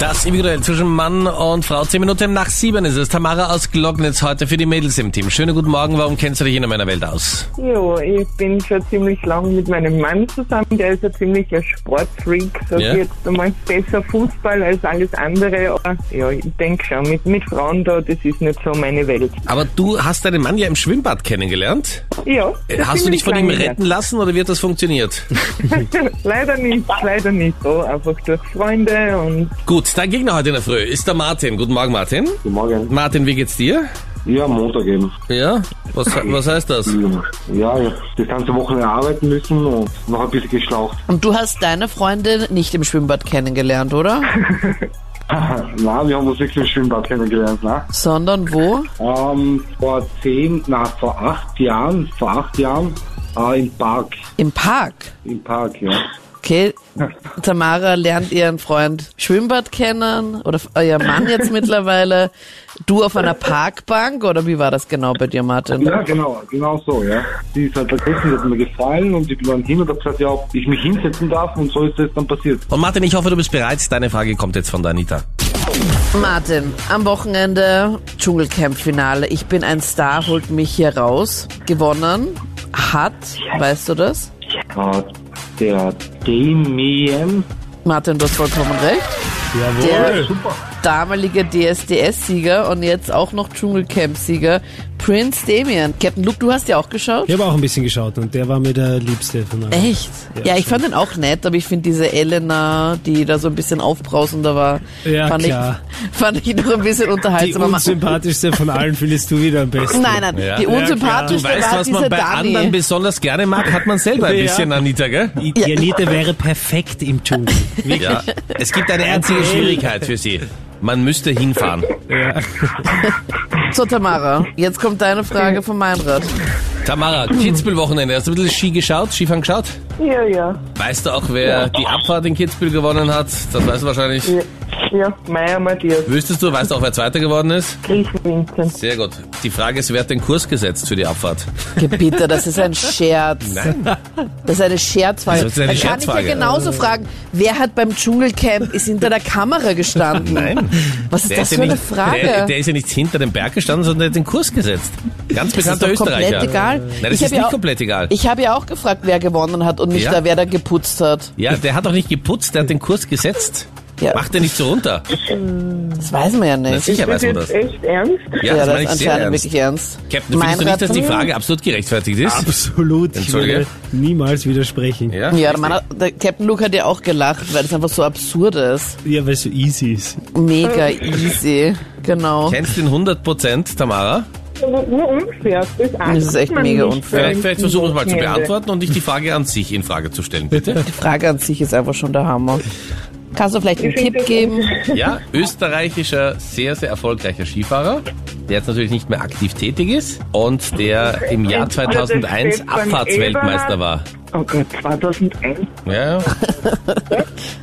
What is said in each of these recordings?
Das im Duell zwischen Mann und Frau. Zehn Minuten nach sieben ist es. Tamara aus Glognitz heute für die Mädels im Team. Schönen guten Morgen. Warum kennst du dich in meiner Welt aus? Ja, ich bin schon ziemlich lang mit meinem Mann zusammen. Der ist ein ziemlicher Sportfreak. Sag Ja. ich jetzt einmal besser Fußball als alles andere. Aber ja, ich denke schon, mit, mit Frauen da, das ist nicht so meine Welt. Aber du hast deinen Mann ja im Schwimmbad kennengelernt. Ja. Äh, das Hast du bin dich ich von ihm lange her. retten lassen oder wird das funktioniert? leider nicht, leider nicht. So einfach durch Freunde und Gut, dein Gegner heute in der Früh ist der Martin. Guten Morgen, Martin. Guten Morgen. Martin, wie geht's dir? Ja, Montag eben. Ja? Was, was heißt das? Ja, ja, das ganze Wochenende arbeiten müssen und noch ein bisschen geschlaucht. Und du hast deine Freundin nicht im Schwimmbad kennengelernt, oder? na, wir haben uns wirklich im Schwimmbad kennengelernt, na? Sondern wo? Ähm, vor zehn, na, vor acht Jahren, vor acht Jahren, äh, im Park. Im Park. Im Park, ja. Okay, Tamara lernt ihren Freund Schwimmbad kennen oder euer Mann jetzt mittlerweile. Du auf einer Parkbank oder wie war das genau bei dir, Martin? Ja, genau, genau so, ja. Die ist halt vergessen, die hat mir gefallen und ich bin dann hin und hab gesagt, ja, ob ich mich hinsetzen darf und so ist das dann passiert. Und Martin, ich hoffe, du bist bereit. Deine Frage kommt jetzt von der Anita. Martin, am Wochenende Dschungelcamp-Finale. Ich bin ein Star, holt mich hier raus. Gewonnen hat, weißt du das? Äh, der Damien, Martin, du hast vollkommen recht. Der damalige DSDS-Sieger und jetzt auch noch Dschungelcamp-Sieger, Prince Damien. Captain Luke, du hast ja auch geschaut? Ich habe auch ein bisschen geschaut und der war mir der Liebste von allen. Echt? Ja, ich fand den auch nett, aber ich finde diese Elena, die da so ein bisschen aufbrausender war, Ja, fand, klar. Ich, fand ich noch ein bisschen Die unterhaltsamer. unsympathischste von allen findest du wieder am besten. nein, nein, Ja. die Ja, Du unsympathischste weißt, war was man diese bei Dani. anderen besonders gerne mag, hat man selber ein Ja. bisschen, Anita, gell? Die die Anita wäre perfekt im Dschungel. Ja. Es gibt eine einzige Schwierigkeit für sie. Man müsste hinfahren. so, Tamara, jetzt kommt deine Frage von Meinrad. Tamara, Kitzbühel-Wochenende. Hast du ein bisschen Ski geschaut, Skifahren geschaut? ja, ja. Weißt du auch, wer die Abfahrt in Kitzbühel gewonnen hat? Das weißt du wahrscheinlich. Ja, ja Meier Matthias, Wüsstest du, weißt du auch, wer Zweiter geworden ist? Griechen Vincent. Sehr gut. Die Frage ist, wer hat den Kurs gesetzt für die Abfahrt? Gebitte, das ist ein Scherz. Das ist eine Scherzfrage. Das ist eine Dann kann Scherzfrage. ich dir genauso fragen, wer hat beim Dschungelcamp, ist hinter der Kamera gestanden? Nein. Was ist das für ja eine nicht, Frage? Der, der ist ja nicht hinter dem Berg gestanden, sondern der hat den Kurs gesetzt. Ganz ist bekannter doch Österreicher. komplett egal. Nein, das Ich hab ist ja nicht auch- komplett egal. Ich habe ja auch gefragt, wer gewonnen hat und nicht Ja. da, wer da geputzt hat. Ja, der hat doch nicht geputzt, der hat den Kurs gesetzt. Ja. Macht er nicht so runter. Das weiß man ja Na, nicht. sicher weiß Ist man jetzt das. echt ernst? Ja, das meine ich ist sehr anscheinend ernst. wirklich ernst. Captain, findest du nicht, Meinrad- dass die Frage absolut gerechtfertigt ist? Absolut. Ich Entschuldige. würde niemals widersprechen. Ja, Ja, Ja, der, Mann, der Captain Luke hat ja auch gelacht, weil es einfach so absurd ist. weil es so easy ist. Mega easy. Genau. Kennst den 100%, Tamara? Nur nur unfair. Das, Das ist echt ahnt man mega nicht unfair. Vielleicht, vielleicht versuchen wir es mal zu Wochenende. beantworten und nicht die Frage an sich in Frage zu stellen, bitte. Die Frage an sich ist einfach schon der Hammer. Kannst du vielleicht einen find Tipp das geben? Ja, österreichischer, sehr, sehr erfolgreicher Skifahrer, der jetzt natürlich nicht mehr aktiv tätig ist und der im Jahr 2001 Abfahrtsweltmeister war. Oh Gott, 2001. Ja, ja.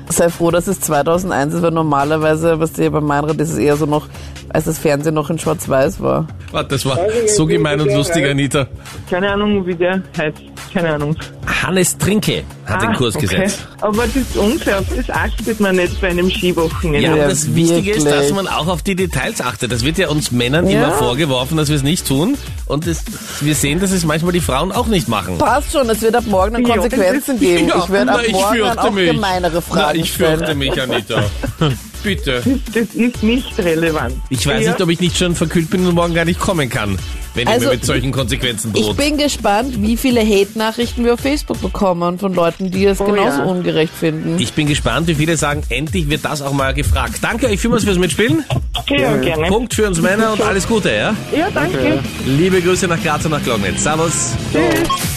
Sei froh, dass es 2001 ist, weil normalerweise, was dir bei Meinrad ist, es eher so noch, als das Fernsehen noch in Schwarz-Weiß war. Warte, das war so gemein und lustig, Anita. Keine Ahnung, wie der heißt. Keine Ahnung. Hannes Trinke hat den Ah, Kurs okay. gesetzt. Aber das ist unfair, auf das achtet man nicht bei einem Skiwochenende. Ja, aber Ja, das Wichtige ist, wirklich. dass man auch auf die Details achtet. Das wird ja uns Männern Ja. immer vorgeworfen, dass wir es nicht tun. Und das, wir sehen, dass es manchmal die Frauen auch nicht machen. Passt schon, es wird ab morgen dann Ja, das Konsequenzen ist- geben. Ja, ich werde ab na, ich morgen dann fürchte auch mich. gemeinere Na, Fragen ich fürchte stellen. mich, Anita. Bitte. Das ist nicht relevant. Ich weiß ja. nicht, ob ich nicht schon verkühlt bin und morgen gar nicht kommen kann, wenn Also, ihr mir mit solchen Konsequenzen Ich droht. bin gespannt, wie viele Hate-Nachrichten wir auf Facebook bekommen von Leuten, die es Oh genauso ja. ungerecht finden. Ich bin gespannt, wie viele sagen, endlich wird das auch mal gefragt. Danke euch vielmals fürs Mitspielen. Ja, gerne. Punkt für uns Männer und alles Gute, ja? Ja, danke. Liebe Grüße nach Graz und nach Glognitz. Servus. Tschüss.